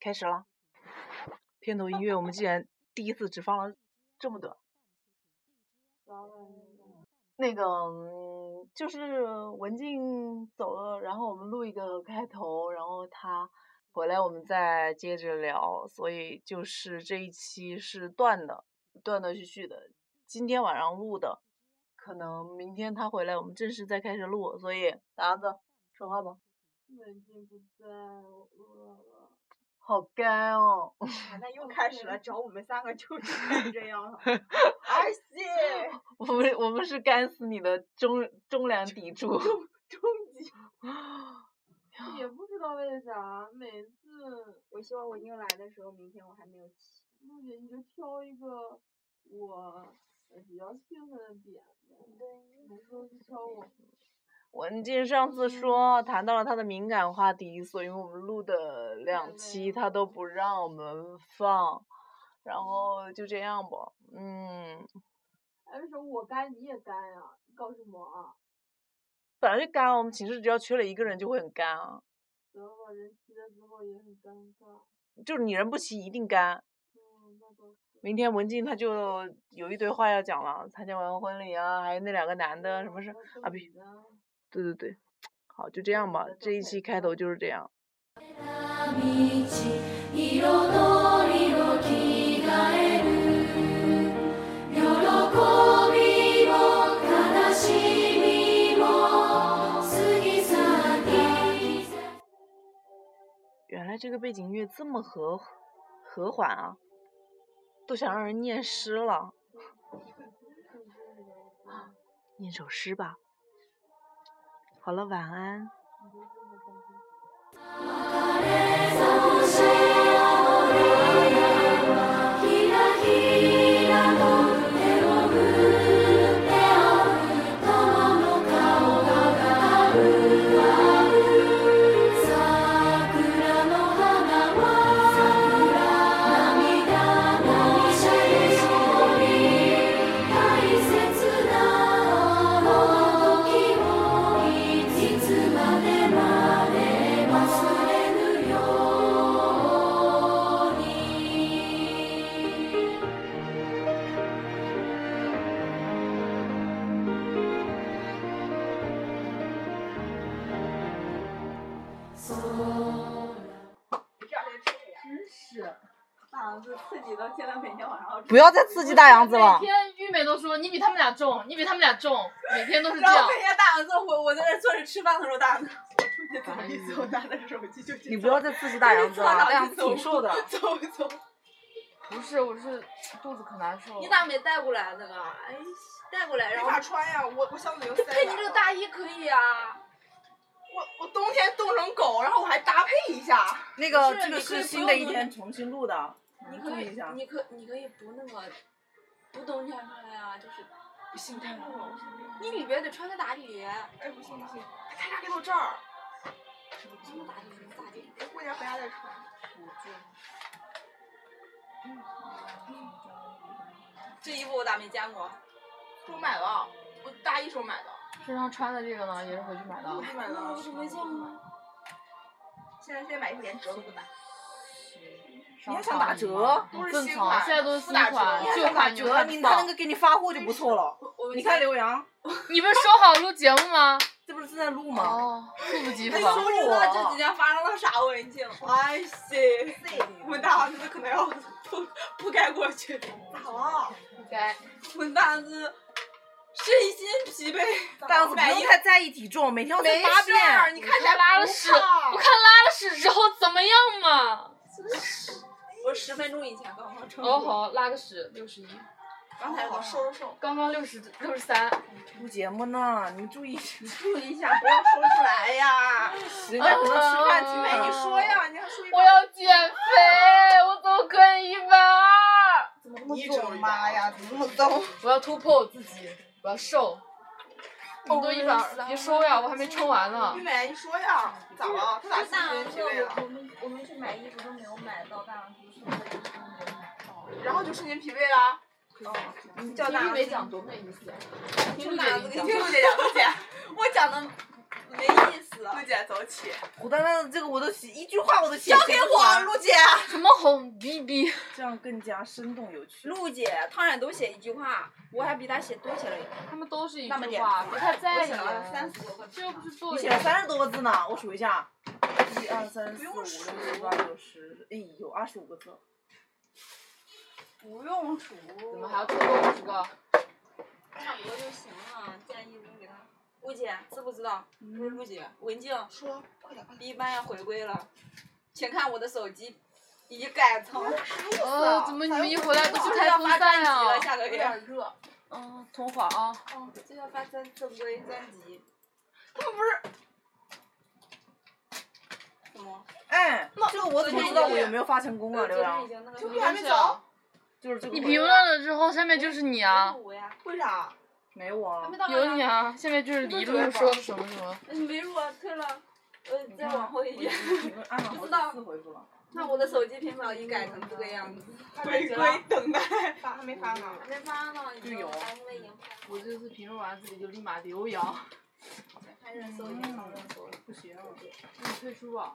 开始了。片头音乐我们竟然第一次只放了这么短。那个嗯就是文静走了，然后我们录一个开头，然后他回来我们再接着聊，所以就是这一期是断的，断断续续的。今天晚上录的，可能明天他回来我们正式再开始录，所以达子说话吧。文静不在，我饿了。好干哦。 那又开始了， OK 只要我们三 个就是这样了。哎谢，我们我们是干死你的忠忠良砥 柱。终极！也不知道为啥，每次我希望我英来的时候，明天我还没有起。陆姐你就挑一个我呃比较兴奋的点，嗯每次都是 挑我。文静上次说谈到了他的敏感话题，所以我们录的两对期他都不让我们放，然后就这样吧。嗯，哎，为什么我干你也干呀、你搞什么啊？本来就干，我们寝室只要缺了一个人就会很干啊，等我人齐了之后也很尴尬。就是你人不齐一定干。嗯，那倒是。明天文静她就有一堆话要讲了，参加完婚礼啊，还有那两个男呃的什么事。啊不不是行。对对对，好，就这样吧我的。这一状态期开头就是这样。道彩りを着替える喜びも悲しみも過ぎ去って原来这个背景音乐这么和和缓啊，都想让人念诗了。念首诗吧。好了，晚安。ひらひらと手を振っておる友の顔が浮かぶ桜の花は涙のしぼり大切なあの時をいつまでまで忘れぬように这样就这样。真是。大王子刺激到现在，每天晚上要不要再刺激大杨子了每。天玉美都说你比他们俩重，你比他们俩重，每天都是这然样后。每天大王子，我我在这坐着吃饭的时候，大王子，你不好意思，我拿的手机就去你不要再刺激大杨子了，大杨子挺瘦的。走走。 不是，我是肚子可难受了。你咋没带过来那个？哎，带过来，没然后法穿呀，我我箱子有塞配你这个满了。大衣可以啊。我我冬天冻成狗，然后我还搭配一下。那不是你可以不用弄重新录的，你注可意一以下，你可你可以不那个，不冬天穿的呀，就是不行，太冷了。你里边得穿个打底，哎，不行不行，它开叉开到这儿，什么打底什么打底。我过年回家再穿。这衣服我咋没见过？我买了，我大一时候买的。身上穿的这个呢，也是回去买的。我买了。我是哦没见过。现在现在买衣服连折都不打。上还想淘打一折吗都是正新常，款现在都是不新打折款你还，旧想款你都看不到。给你发货就不错了。我你看刘洋，你不是说好录节目吗？这不是正在录？哦，猝不及哎，防。说知道这几天发生了啥，我已经。 哎塞，我们大王子可能要扑扑盖过去。咋了？不该。我大子身心疲惫。大杨子不用太在意体重，每天我才没八事儿，遍。你你看起看来拉不了屎，胖我看拉了屎之后怎么样嘛？我十分钟以前刚刚称哦，好，拉个屎，六十一，刚才好收拾收，刚刚六十六十三，录节目呢，你们注意，注意一下，不要说出来呀。嗯人家可能吃饭去妹，买你你说呀，你还说一我要减肥，我怎么可以一百二？怎么这么你重？整妈呀，怎么脏？我要突破我自己，我要瘦。你们都一百二，别说呀，我还没称完呢玉。美，你说呀，咋了？他咋大自己王疲惫啊嗯了？我们我们去买衣服都没有买到，大王子说的衣服都没有买到。哦然后就瞬间疲惫啦。你叫大听家玉美讲多没意思呀，听听陆大姐子你给讲听。姐姐，我姐，我讲的没意思。了。陆姐走起，虎丹丹的这个我都写，一句话我都写交不给出我，来陆姐。什么红逼逼？这样更加生动有趣。陆姐、汤冉都写一句话，我还比她写多写了一句。他们都是一那么句点话，别啊太在我意写了三了。十多个字这又不是作你业写。了三十多个字呢，我数一下，一二三四五六七八九十，哎，有二十五个字。不用数，怎么还要多多五十个？差不多就行了。建议扔给她。陆姐知不知道？不是陆姐，文静说，B 班要回归了，请看我的手机，已改成呃，怎么你们一回来都去就是开要封发赛专辑啊了，？下个有月。点热，嗯，同会儿啊。哦，这要发专正规专辑。他们不是。怎么？哎，这个我怎么知道我有没有发成功啊，我刘昨天洋已？经那个什就是么还没走，就是这个。你评论了之后，下面就是你啊，我呀，为啥？没我啊还？没到有你呀。啊，下面就是李璐说的什么什么。你没入啊，退了。呃，再往后一我已点。经评论按照好几次回复了。那我的手机屏保已改成这个样子。回归等待，发还没发 呢。没发呢，已就有经咱们已经我这次评论完自己就立马留言，开热搜，已经上热搜了。不行，你退出吧。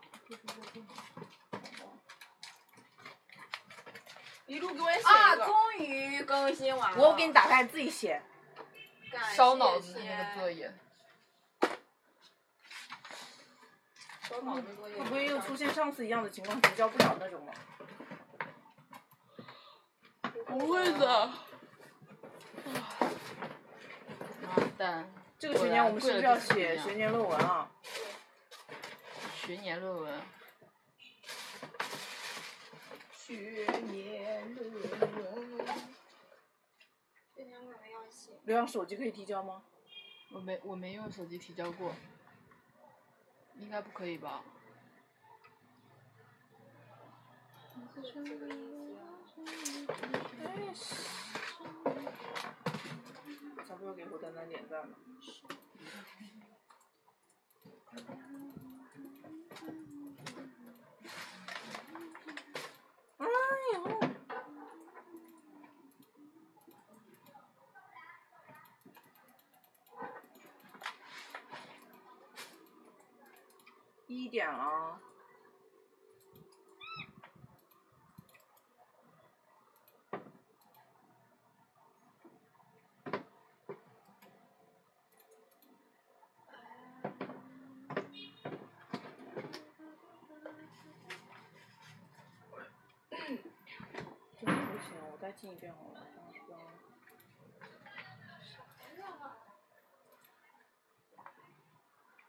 一路给我也写啊，一个。终于更新完了。我给你打开，自己写。感谢烧脑子的那个作天，业，烧脑子作业。会不会又出现上次一样的情况，成交不了那种了？不会的。妈蛋，这个学年我们是不是要写学年论文啊？学年论文。学年论文。今天晚上要写。刘洋手机可以提交吗？我没我没用手机提交过，应该不可以吧？小朋友给胡丹丹点赞了。哎一点啊，这个不行，我再进一遍好了。刚刚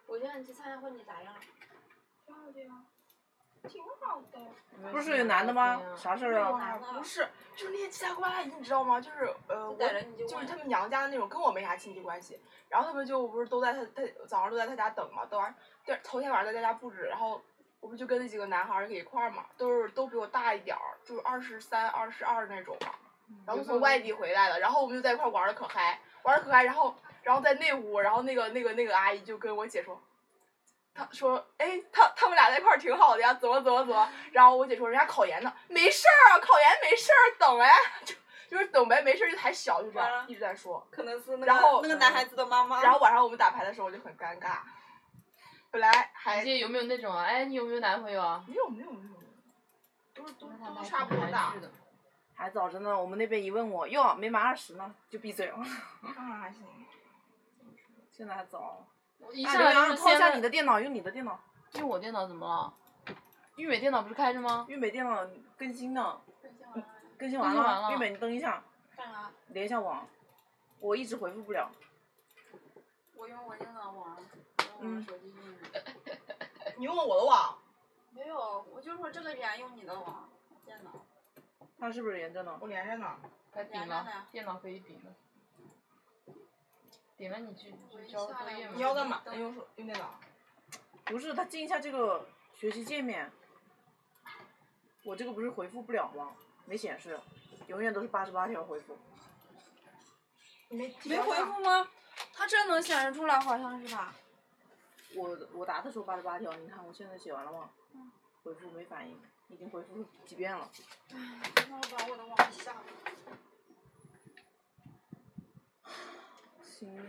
我叫你去参加婚礼咋样？不是有男的吗？啥事儿啊？男的不是，就是那些七大姑八大姨，你知道吗？就是呃，就我逮着你就就是问他们娘家那种，跟我没啥亲戚关系。然后他们就不是都在他他早上都在他家等嘛，等完第二头天晚上在他家布置，然后我不就跟那几个男孩儿一块儿嘛，都是都比我大一点儿，就是二十三、二十二那种嘛。嗯然后从外地回来的，然后我们就在一块儿玩的可嗨，玩的可嗨，然后然后在那屋，然后那个那个那个阿姨就跟我姐说，她说，哎，他他们俩在一块儿挺好的呀，怎么怎么怎么，然后我姐说人家考研呢，没事儿啊，考研没事儿，等呗， 就就是等呗，没事儿就还小，就这完了样一直在说，可能是那个然后那个男孩子的妈妈。然后晚上我们打牌的时候我就很尴尬，本来还你这有没有那种啊？哎，你有没有男朋友啊？没有没有没有，都是都那都还差不挺多含大蓄，的。还早着呢，我们那边一问我，哟，没满二十呢，就闭嘴了。那还行，现在还早。我一一上来就是掏先下问你的电脑，用你的电脑，用我电脑怎么了？玉美电脑不是开着吗？玉美电脑更新呢，更新更完新完了。了玉美，你登一下，干啥？连一下网。我一直回复不了。我用我电脑玩，用我嗯手机用你的。你问我的网，没有，我就说这个人用你的网电脑。它是不是连着呢？我连着呢。该顶连着呢了，电脑可以顶了。顶了你去我去一交下作来业我吗？你要干嘛？用手用电脑？不是，它进一下这个学习界面。我这个不是回复不了吗？没显示，永远都是八十八条回复。没没回复吗？它这能显示出来，好像是吧？我我答的时候八十八条，你看我现在写完了吗？回复没反应，已经回复几遍了。那我把我的网下了。行。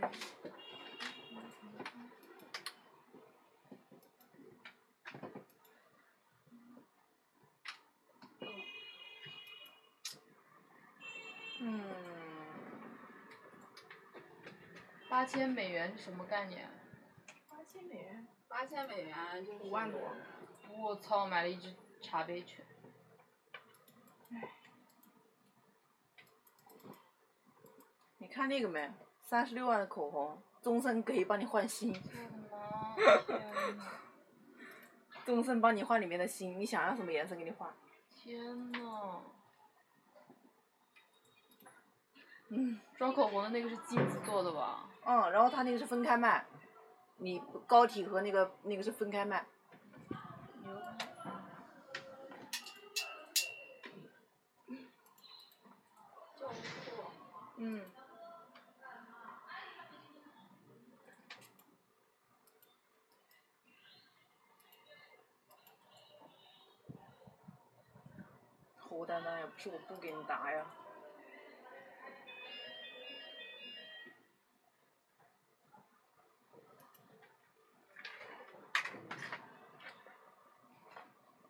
嗯八千美元是什么概念？啊八千美元，八千美元就是五万多。我操，买了一只茶杯犬。你看那个没？三十六万的口红，终身可以帮你换新， 妈终身帮你换里面的新，你想要什么颜色给你换。 天呐！嗯，装口红的那个是金子做的吧？嗯，然后它那个是分开卖，你膏体和那个那个是分开卖。牛逼！嗯。侯丹丹呀，不是我不给你答呀。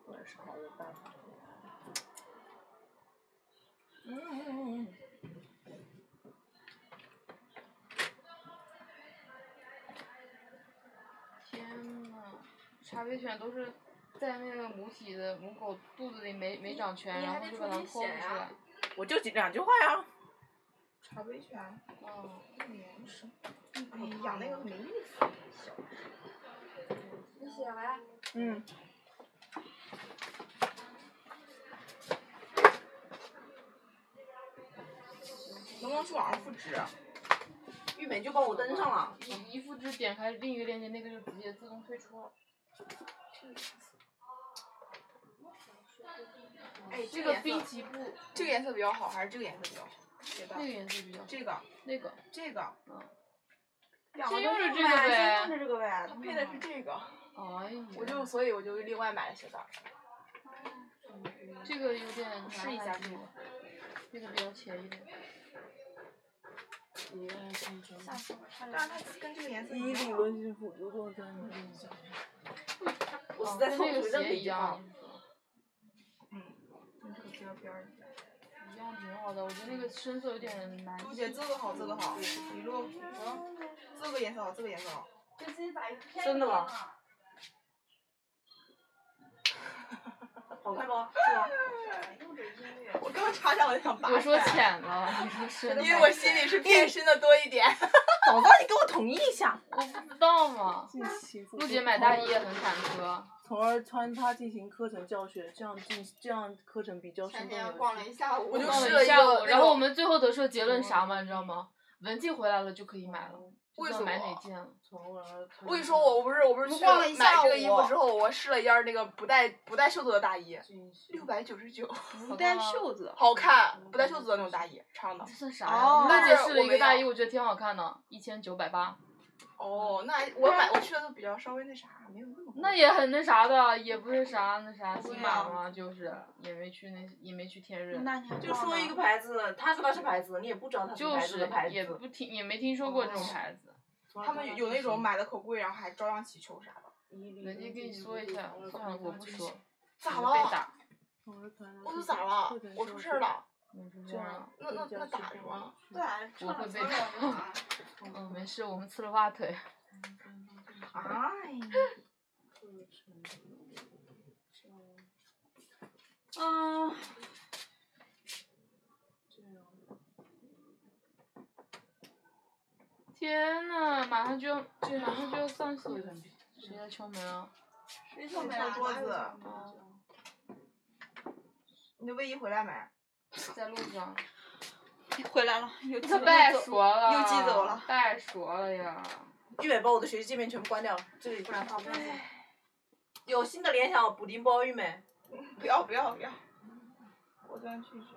我也是毫无办法。嗯嗯嗯嗯。天呐，茶杯犬都是在那个母体的母狗肚子里没没长全，你然还后得就把它重剖新出写呀来。我就几两句话呀。茶杯啊犬，嗯，嗯，是，哎，养那个很没意思。你写完，嗯。能不能去网上复制？玉美就帮我登上了。你一复制点开另一个链接，那个就直接自动退出了。哎，这个个颜滨色，崎步这个颜色比较好，还是这个颜色比较好？别那个的，颜色比较好，这个，那个这个，嗯两个先用都着这个买呗先用着这个呗。他配的是这个，哎呀，我就所以我就另外买了鞋带儿。这个有点我难试一下还这是个那个比较浅一点。但是它跟这个颜色以一理样。论性辅助构成。哦我实在跟凑那个不出任何鞋一一句样话。，嗯，跟这个边儿边儿一样。一样挺好的。我觉得那个深色有点难。朱姐，这个好，这个好，李璐，这个颜色好，这个颜色好。真的吗？好看吗？我刚插上，我就想拔我说出来浅了，你说深了，因为我心里是变身的多一 点。早知道你给我同意一下。我不知道嘛。近期复陆姐买大衣也很坎坷，从而穿它进行课程教学，这样进这样课程比较前生动有天逛了趣。一下午，我就逛试了了一一下个午，那然后种嗯我们最后得出的结论啥嘛，你知道吗？文静回来了就可以买了，就为知道什买么哪件了。嗯从而我跟你说，我不是我不是去了买这个衣服之后，我试了一件那个不带不带袖子的大衣，六百九十九，不带袖子好看，不带袖子的那种大衣，长的这。算啥呀？哦陆姐但是试了一我个没大有衣，我觉得挺好看的，一千九百八，哦，那还我买我去的都比较稍微那啥，没有那么贵。那也很那啥的，也不是啥那啥对新买啊嘛，就是也没去那也没去天润。那你还就逛说吗一个牌子，他说他是牌子，你也不知道他是就牌子是的牌也子。不听也没听说过这种牌子，他们有有那种买的可贵，然后还照样祈求啥的。人家跟你说一下，算了，我不说。咋你们被了？打？我说咋了？我出事儿。了？你是这这样样？那那那咋的了？对啊，我会被打。嗯，没事，我们吃了花腿。 哎，嗯，天呐，马上就要，就马上就要上学了，谁在敲门啊？谁哎我说没敲桌子，嗯啊，你的卫衣回来没？在路上。回来了，有他拜说了，又寄走了，拜说了呀。玉美把我的学习界面全部关掉了，这里不然发不上去。哎有新的联想我补丁包，玉美。不要不要不要！果断拒绝。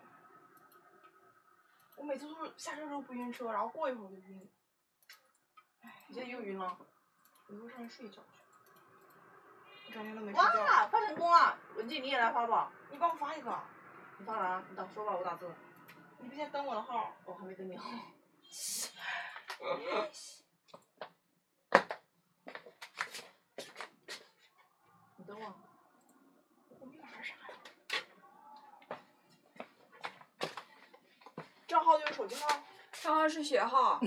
我每次都是下车之后不晕车，然后过一会儿我就晕，哎你现在又晕了。我就上去睡一觉去。我整天都没睡觉。哇，发成功了！文静，你也来发吧。你帮我发一个，你发啥？你打说吧，我打字。你不先登我的号？我还没跟你好。你等我。我密码是啥呀？账号就是手机号。账号是学号，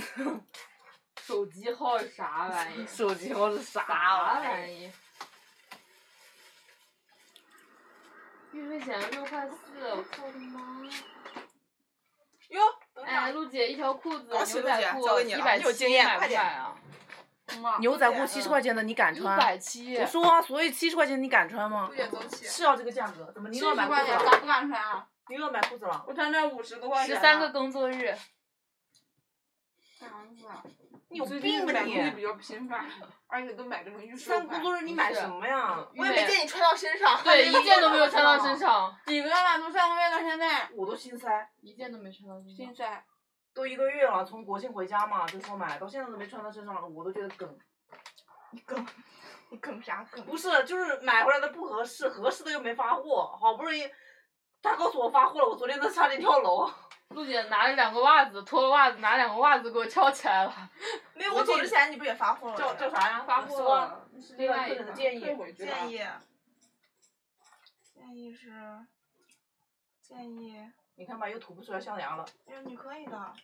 手机号是哎啥玩 意儿？手机号是啥啥玩意？玩意？运费险六块四，我操他妈！哟，等一下哎，陆姐，一条裤子恭喜牛仔陆姐裤交给你一了百你有七，经验买快不点买啊？牛仔裤七十块钱的你敢一穿？百七我，说啊，所以七十块钱你敢穿吗陆？姐走起。是要这个价格，怎么你七又十买块裤子钱了？敢不敢穿啊？你又买裤子了？我穿这五十多块钱十的。三个工作日。啥子啊？你有最病近吧买你东西？比较频繁，而且都买这种预售三款工。作日你买什么呀？我也没见你穿到身上。对，一件都没有穿到身上，几个了？从上个月到现在，我都心塞，一件都没穿到身上心。塞。都一个月了，从国庆回家嘛，这时候买，到现在都没穿到身上，我都觉得梗。你梗，你梗啥梗？不是，就是买回来的不合适，合适的又没发货，好不容易，他告诉我发货了，我昨天都差点跳楼。陆姐拿了两个袜子，脱了袜子，拿两个袜子给我翘起来了。没有，我走之前你不也发货了？叫叫啥呀？发货了说是那个客人的建议退，回去了建议，建议是，建议，你看吧，又吐不出来象牙了。哎呀，你可以的，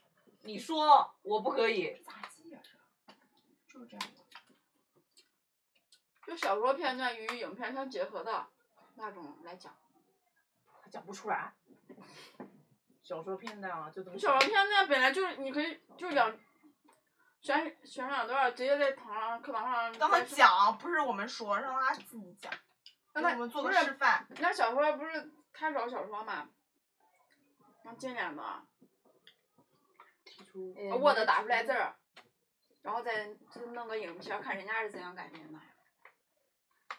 你说我不可以，咋记呀、这，就是这样的。就小说片段与影片相结合的那种来讲。他讲不出来。小说片段啊，就这么小说片段本来就是你可以就两选选两段，直接在堂上课堂上让他再说讲，不是我们说，让他自己讲，让给他我们做不个是示范。那小说不是他找小说嘛，然后经典的，提出。我的打出来字儿，然后再就弄个影片儿看人家是怎样改编的。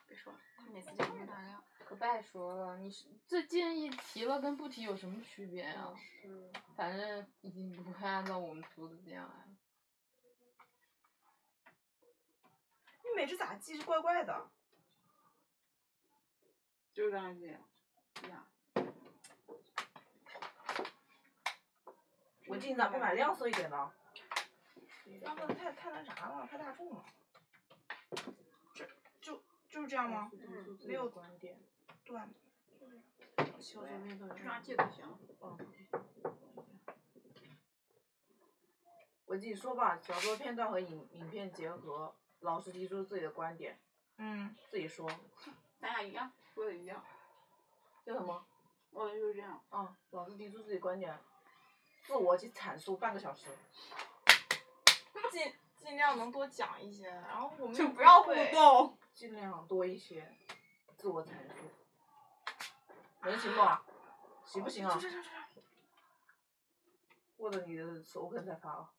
别说，了，他每次讲没大量。可不爱说了，你是最近一提了跟不提有什么区别呀、反正已经不会按照我们读的这样来了。你每次咋记是怪怪的，就是这样子，呀，文静咋不买亮色一点呢？然嗯后太太那啥了，太大众了。这就就是这样吗？嗯，没有观点。对。就这样记就行了。文静说吧，小说片段和影影片结合，老师提出自己的观点，嗯，自己说。咱俩一样，说的一样，叫什么？我就是这样。啊，老师提出自己观点，自我去阐述半个小时。尽尽量能多讲一些，然后我们就也不要互会动。尽量多一些自我阐述，能行不啊？行不行啊就？这样就这样握着你的手，我可能才发啊。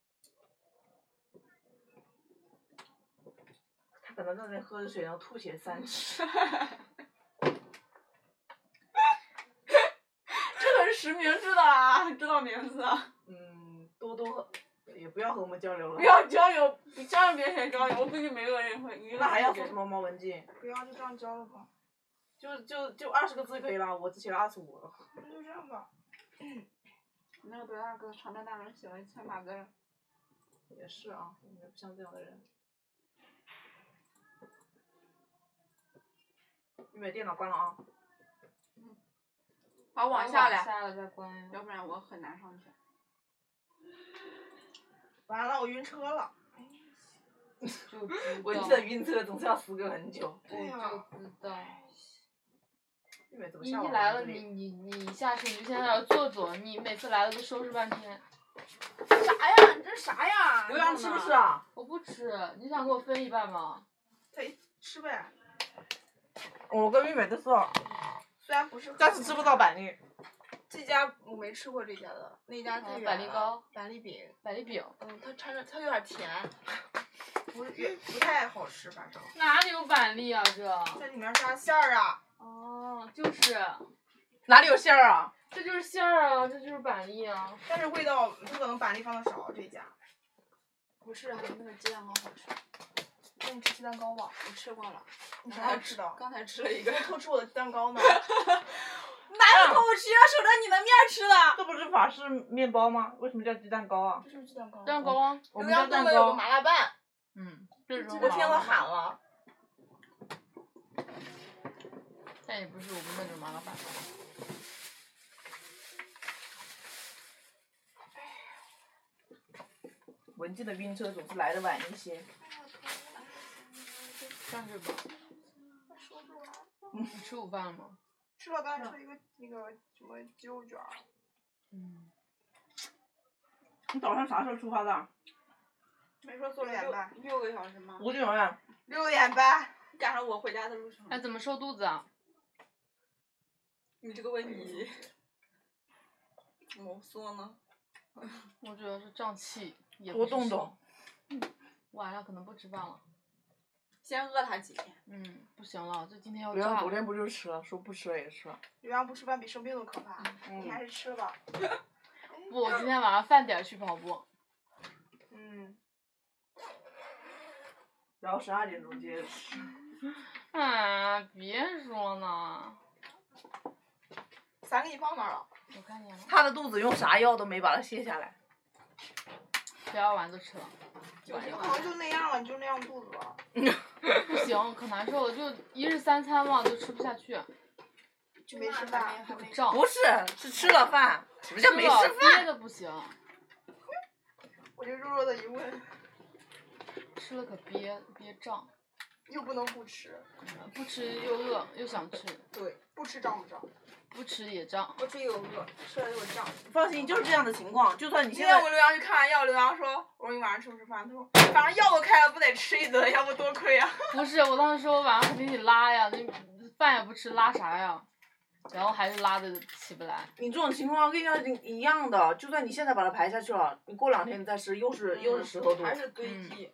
他可能在那喝着水，然后吐血三尺。这可是实名制的啊，知道名字啊，嗯，多多喝，也不要和我们交流了。不要交流，不交流别人交流，我估计没有人会。一个那还要人说什么吗？文静，不要就这样教了吧，就就就二十个字可以了，我只写了二十五了。那就这样吧。那个德大哥，长征大人写了一千把字儿，也是啊，我们不像这样的人。你把电脑关了啊。把我往下来，来，下了再关呀。要不然我很难上去。完了，我晕车了。就知我道记得晕车总是要死个很久。我就知道。你每次你下一午来了，你你你下去你就先在那儿坐坐，你每次来了都收拾半天。啥呀？你这啥呀？刘洋吃不吃？啊？我不吃，你想给我分一半吗？吃呗，我跟玉美都说，嗯虽然不是，但是吃不到板栗。这家我没吃过这家的，那家太哦远板栗了糕、板栗饼，百丽饼嗯，它掺着它有点甜，不是也不太好吃，反正哪里有板栗啊这？在里面加馅儿啊，哦，就是，哪里有馅儿啊？这就是馅儿啊，这就是板栗啊。但是味道不可能板栗放的少，这家。不是啊，那个鸡蛋糕好吃，那你吃鸡蛋糕吧，我吃过了，你啥时候吃的？刚才吃了一个。 偷吃我的鸡蛋糕 呢？哪有偷吃啊？守着你的面吃啊的。这不是法式面包吗？为什么叫鸡蛋糕啊？这是鸡蛋糕。蛋糕，我们刘叫洋蛋炖了有个糕。麻辣拌，嗯，这种我听了喊了。但也不是我们那种麻辣拌。文静的晕车总是来的晚一些。算是吧。你吃午饭了吗？吃了，刚才吃了一个那个什么鸡肉卷儿，嗯，你早上啥时候出发的？没说做了点半，六个小时吗？五点呀。六点半。赶上我回家的路程。哎，怎么瘦肚子啊？你这个问题，怎么说呢？我主要是胀气，也多不是动瘦动。晚上可能不吃饭了。先饿他几天。嗯，不行了，这今天要刘洋炸昨了。天不就吃了，说不吃了也吃了。流量不吃饭比生病都可怕，你还嗯。是吃吧。不，我今天晚上饭点儿去跑步。嗯，然后十二点钟接着吃。啊，别说呢，伞给你放那儿了。我看见了，他的肚子用啥药都没把它卸下来。不要丸子吃了，你可能就那样了，你就那样肚子了。不行，可难受了，就一日三餐嘛，就吃不下去，就没吃饭，胀。不是，是吃了饭。什么叫没吃了吃饭？憋的不行，我就弱弱的一问，吃了可憋憋胀，又不能不吃，不吃又饿又想吃，对，不吃胀不胀？不吃也胀。我吃有饿，吃了有胀。放心，就是这样的情况。就算你今现天在我，跟刘洋去看完药，刘洋说：“我说你晚上吃不吃饭？”他说：“反正药都开了，不得吃一顿，要不多亏啊。 不是，我当时说我晚上肯定得拉呀，那饭也不吃，拉啥呀？然后还是拉的起不来。你这种情况跟要一样的，就算你现在把它排下去了，你过两天你再吃，又是嗯又是石头肚。嗯还是堆积。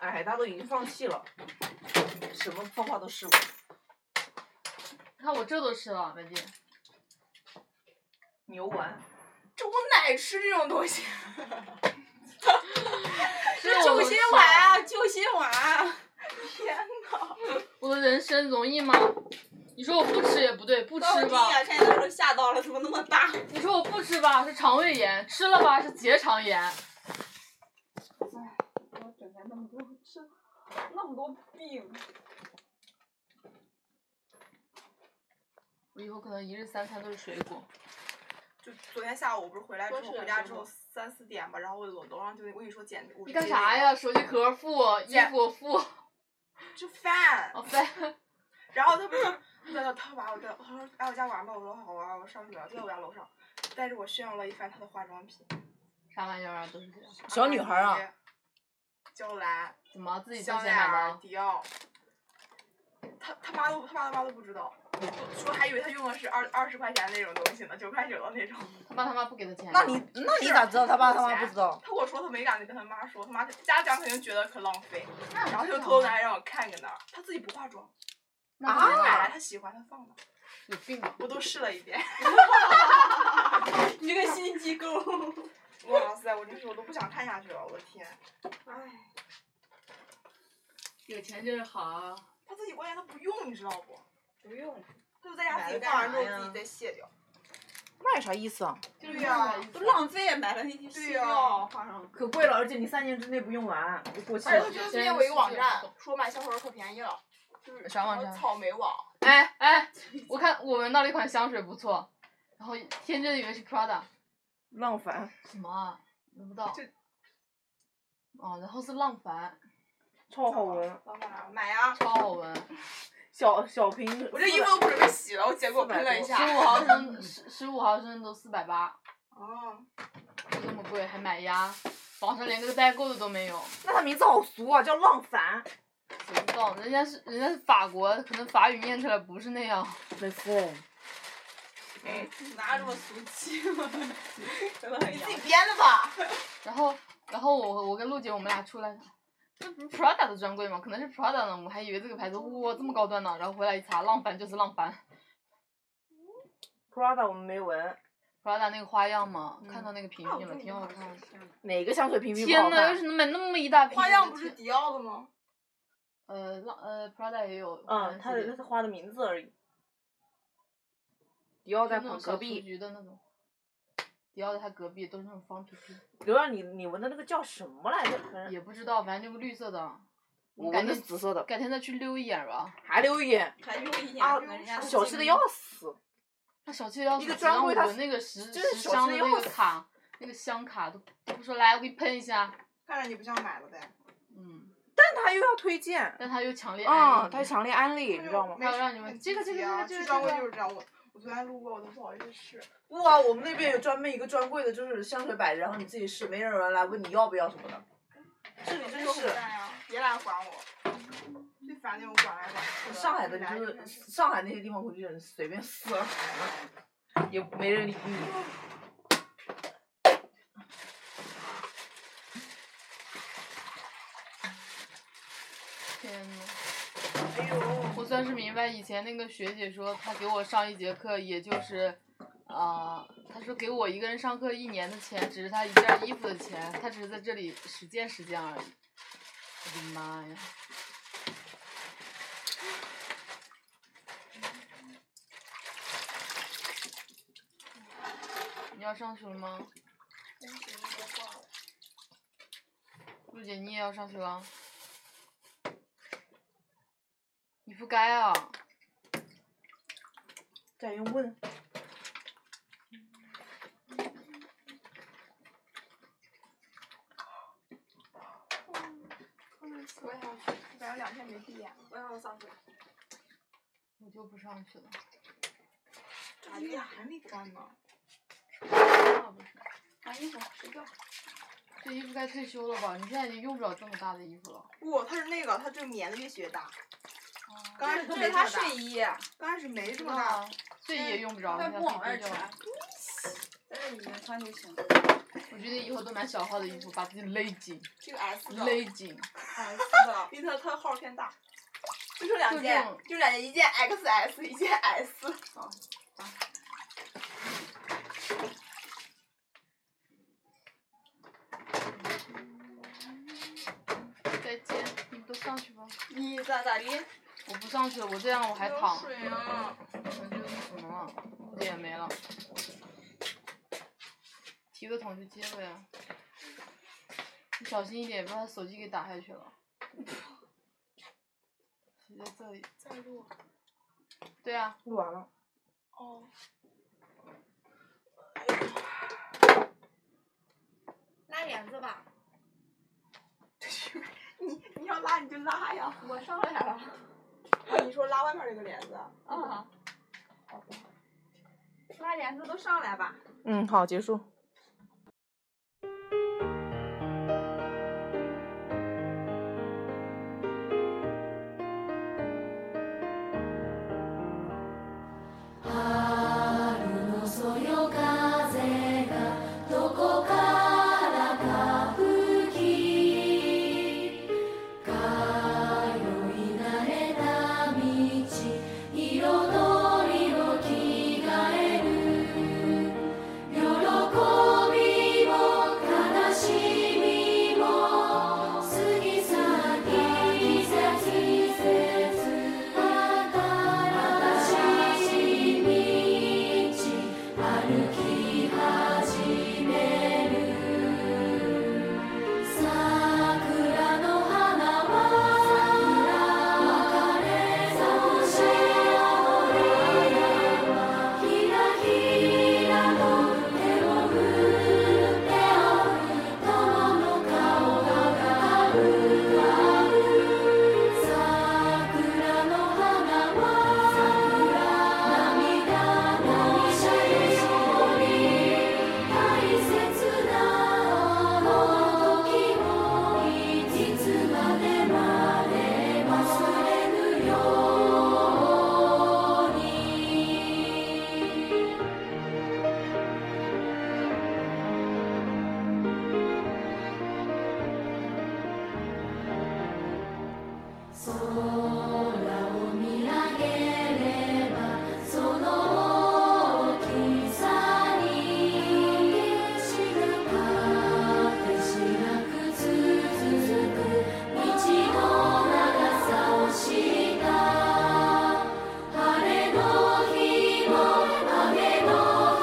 哎，他都已经放弃了，什么方法都试过。看我这都吃了，白金，牛丸，”这我哪吃这种东西？这我都救心吃丸了啊，救心丸啊！天呐，我的人生容易吗？你说我不吃也不对，不高吃低吧？眼看见他都吓到了，怎么那么大？你说我不吃吧是肠胃炎，吃了吧是结肠炎。我整天那么多吃那么多病，我以后可能一日三餐都是水果。就昨天下午我不是回来之多后吃点回家水之后果三四点吧，然后我楼楼上就那我跟你说捡，我你是干接啥那个？呀？手机壳付，衣姐服付， 吃饭。哦塞，然后他不是，他说他把我的，他说来我家玩吧，我说好啊玩，我上去了，就在我家楼上，带着我炫耀了一番他的化妆品。啥玩意儿啊？都是这样。小女孩啊，，娇兰，怎么自己香挣钱奈买儿的？啊迪奥，他他妈都他妈他妈都不知道，就说还以为他用的是二二十块钱那种东西呢，九块九的那种。他爸他妈不给他钱。那你那你咋知道他爸他妈不知道？他跟我说他没敢跟他妈说，他妈家长肯定觉得可浪费，然后就偷偷拿来让我看看那儿，他自己不化妆，那不他买来行他喜欢他放那儿，有病吧？我都试了一遍。啊 你这个心机构。 哇塞，我真是我都不想看下去了，我的天！唉，有钱就是好。他自己关键他不用，你知道不？不用。他就在家自己买了干放完之啥后呀自己再卸掉。那有啥意思啊？对呀、都浪费，买了那些西对呀药，化妆品。可贵了，而且你三年之内不用完，就过期而了且他。觉得最近有一个网站说买香水可便宜了，就是啥网什么站草莓网。哎哎，我看我闻到了一款香水不错，然后天真的以为是 Prada，浪凡，什么啊？闻不到这。哦，然后是浪凡，超好闻，老板买呀！超好闻，小小瓶。我这衣服都不准备洗了，我姐给我喷了一十下。五毫升十十五毫升都四百八，哦，就这么贵还买鸭，网上连个代购的都没有，那他名字好俗啊，叫浪凡。谁知道？人家是人家是法国，可能法语念出来不是那样。没错。哎哪有这么俗气？真的很洋自己编的吧？然后然后我我跟陆姐我们俩出来，这不是 Prada 的专柜吗？可能是 Prada 呢，我还以为这个牌子哇这么高端呢，然后回来一查，浪凡就是浪凡。 Prada 我们没闻， Prada 那个花样嘛，看到那个瓶瓶了，挺好看的。哪个香水瓶瓶不天好呐，要看？是能买那么一大瓶，花我样的不是天迪奥的吗？呃浪呃 Prada 也有，嗯，他的是那是花的名字而已。迪奥在那种小隔雏壁，菊的那种，迪奥的他隔壁都是那种方皮皮，刘让你你闻的那个叫什么来着？反正也不知道，反正就个绿色的，我感闻的觉是紫色的，改天再去溜一眼吧。还留眼，还用一眼啊可能人家小气的要死。那小七要一是个只专让我柜它那个十真是十小气箱的得那要个卡，那个箱卡都都不说来，我给你喷一下。看着你不像买了呗。嗯，但他又要推荐，但他又强烈安啊，利他强烈安利，你知道吗？没还有让你们这个这个这个这个啊去专柜这个就是这样。我我昨天路过，我都不好意思试。哇，我们那边有专门一个专柜的，就是香水摆着，然后你自己试，没有人来问你要不要什么的。这里真是呀，别来管我。最烦那种管来管去的。上海的，来就真是上海那些地方，回去人随便撕了，也没人理你。天呐。哎呦。我算是明白以前那个学姐说，她给我上一节课，也就是，啊、她说给我一个人上课一年的钱，只是她一件衣服的钱，她只是在这里实践实践而已。我的妈呀！你要上学了吗？陆姐，你也要上学了？你不该啊！再用问，我也想去，我感觉两天没闭眼了。我要上学。我就不上去了。咋的哎呀？还没干呢。那不是拿衣服，睡觉。这衣服该退休了吧？你现在已经用不了这么大的衣服了。不，它是那个，它这个棉的越洗越大。哦刚开始这没是这他么大睡衣，刚开始没这么大那，啊睡衣也用不着，快现在不往可外以丢掉穿了。。但是里面穿就行。我觉得以后都买小号的衣服，把自己勒紧，这个 S 的，勒紧。是的，因为它它号偏大。就剩两就件这种，就两件，一件 XS，一件 S。再见，你们都上去吧。你咋咋地？我不上去了，我这样我还躺，水啊！可能就那什么了，裤子也没了。提个桶去接呗。你小心一点，把他手机给打下去 了。谁在这里？再录。对啊，录完了。哦。拉帘子吧，你你要拉你就拉呀。我上来了。啊，你说拉外面那个帘子啊？啊。拉帘子都上来吧。嗯，好，结束。春のそよ風がどこからか吹き通い慣れた道彩りを着替える喜びも悲しみも過ぎ去り季節新しい道歩き始める桜の花は別れをしあればひらひらと手を振って青い友の顔が浮かぶ「桜の花は」「涙を流して」「大切なあの時をいつまでまで忘れぬように」空を見上げればその大きさにしか果てしなく続く道の長さを知った晴れの日も雨の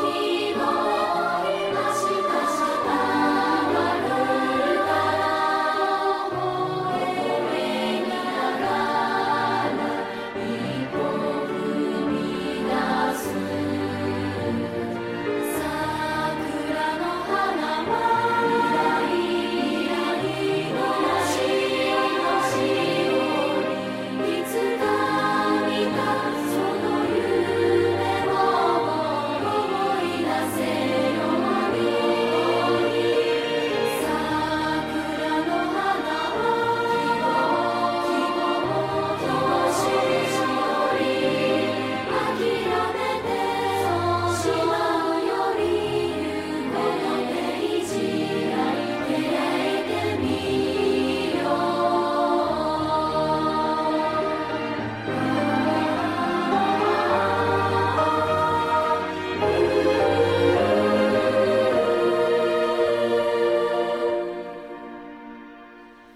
日も明日があるから「夢に流れ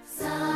さ